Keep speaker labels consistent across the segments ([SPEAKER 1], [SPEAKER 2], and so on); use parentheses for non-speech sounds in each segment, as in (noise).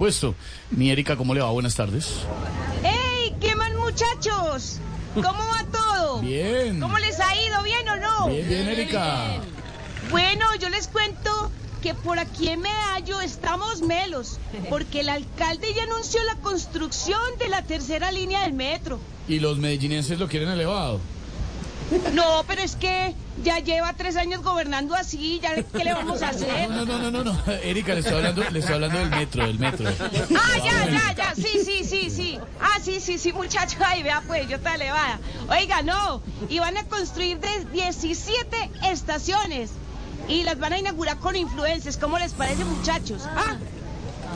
[SPEAKER 1] Puesto. Mi Erika, ¿cómo le va? Buenas tardes.
[SPEAKER 2] ¡Hey! ¿Qué más muchachos? ¿Cómo va todo?
[SPEAKER 1] Bien.
[SPEAKER 2] ¿Cómo les ha ido? ¿Bien o no?
[SPEAKER 1] Bien, bien, Erika.
[SPEAKER 2] Bueno, yo les cuento que por aquí en Medallo estamos melos, porque el alcalde ya anunció la construcción de la tercera línea del metro.
[SPEAKER 1] Y los medellinenses lo quieren elevado.
[SPEAKER 2] No, pero es que ya lleva tres años gobernando así, ya ¿qué le vamos a hacer?
[SPEAKER 1] No, no, no, no, no. (laughs) Erika, le estoy hablando, le estoy hablando del metro, del (laughs) metro.
[SPEAKER 2] Ah, ya, ya, ya, sí, sí, sí, sí. Ah, sí, sí, sí, muchachos, ay, vea pues, yo está elevada. Oiga, no, y van a construir de 17 estaciones y las van a inaugurar con influencers, ¿cómo les parece, muchachos? Ah,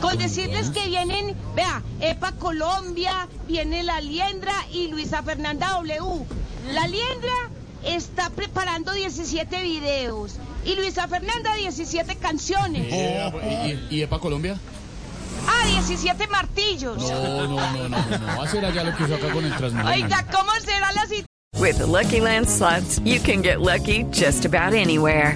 [SPEAKER 2] con decirles que vienen, vea, EPA Colombia, viene La Liendra y Luisa Fernanda W. La Liendra está preparando 17 videos y Luisa Fernanda 17 canciones.
[SPEAKER 1] Eh, ¿Y, y EPA Colombia? Oh,
[SPEAKER 2] Ah, 17 martillos.
[SPEAKER 1] No, no, no, no, no, no. Va a ser allá lo que hizo acá con el Transmilenio.
[SPEAKER 2] Oiga, ¿cómo será la situación?
[SPEAKER 3] With the Lucky Land slots, you can get lucky just about anywhere.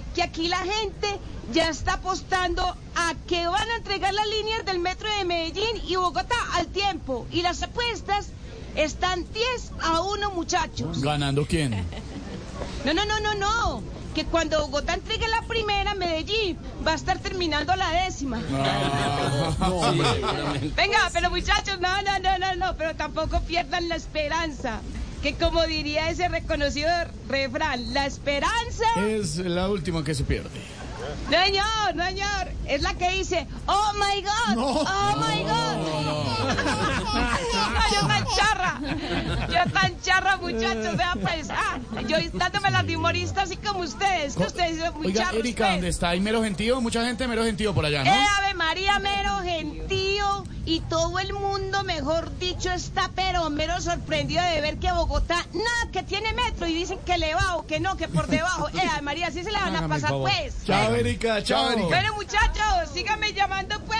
[SPEAKER 2] que aquí la gente ya está apostando a que van a entregar las líneas del metro de Medellín y Bogotá al tiempo. Y las apuestas están 10 a 1, muchachos.
[SPEAKER 1] ¿Ganando quién?
[SPEAKER 2] No, no, no, no, no. Que cuando Bogotá entregue la primera, Medellín va a estar terminando la décima. Venga, pero muchachos, no, no, no, no, no, pero tampoco pierdan la esperanza. Que como diría ese reconocido refrán, la esperanza...
[SPEAKER 1] Es la última que se pierde.
[SPEAKER 2] No, señor, no, señor. Es la que dice, oh my god, oh my god. (laughs) No, yo tan charra. Yo tan charra, muchachos. Vea, pues, ah, yo dándome las de humorista así como ustedes. Que ustedes son muy
[SPEAKER 1] Oiga,
[SPEAKER 2] charros,
[SPEAKER 1] Erika,
[SPEAKER 2] ustedes.
[SPEAKER 1] ¿dónde está? ¿Hay mero gentío? Mucha gente mero gentío por allá,
[SPEAKER 2] Eh,
[SPEAKER 1] ¿no?
[SPEAKER 2] Ave María, mero gentío y todo el mundo, mejor dicho, está pero mero sorprendido de ver que Bogotá, nada, que tiene metro y dicen que le va o que no, que por debajo. Eh, Ave María, así se la van a
[SPEAKER 1] Hágame el
[SPEAKER 2] pasar
[SPEAKER 1] favor.
[SPEAKER 2] pues.
[SPEAKER 1] Chao, Erika, chao, Erika.
[SPEAKER 2] Bueno, muchachos, síganme llamando pues.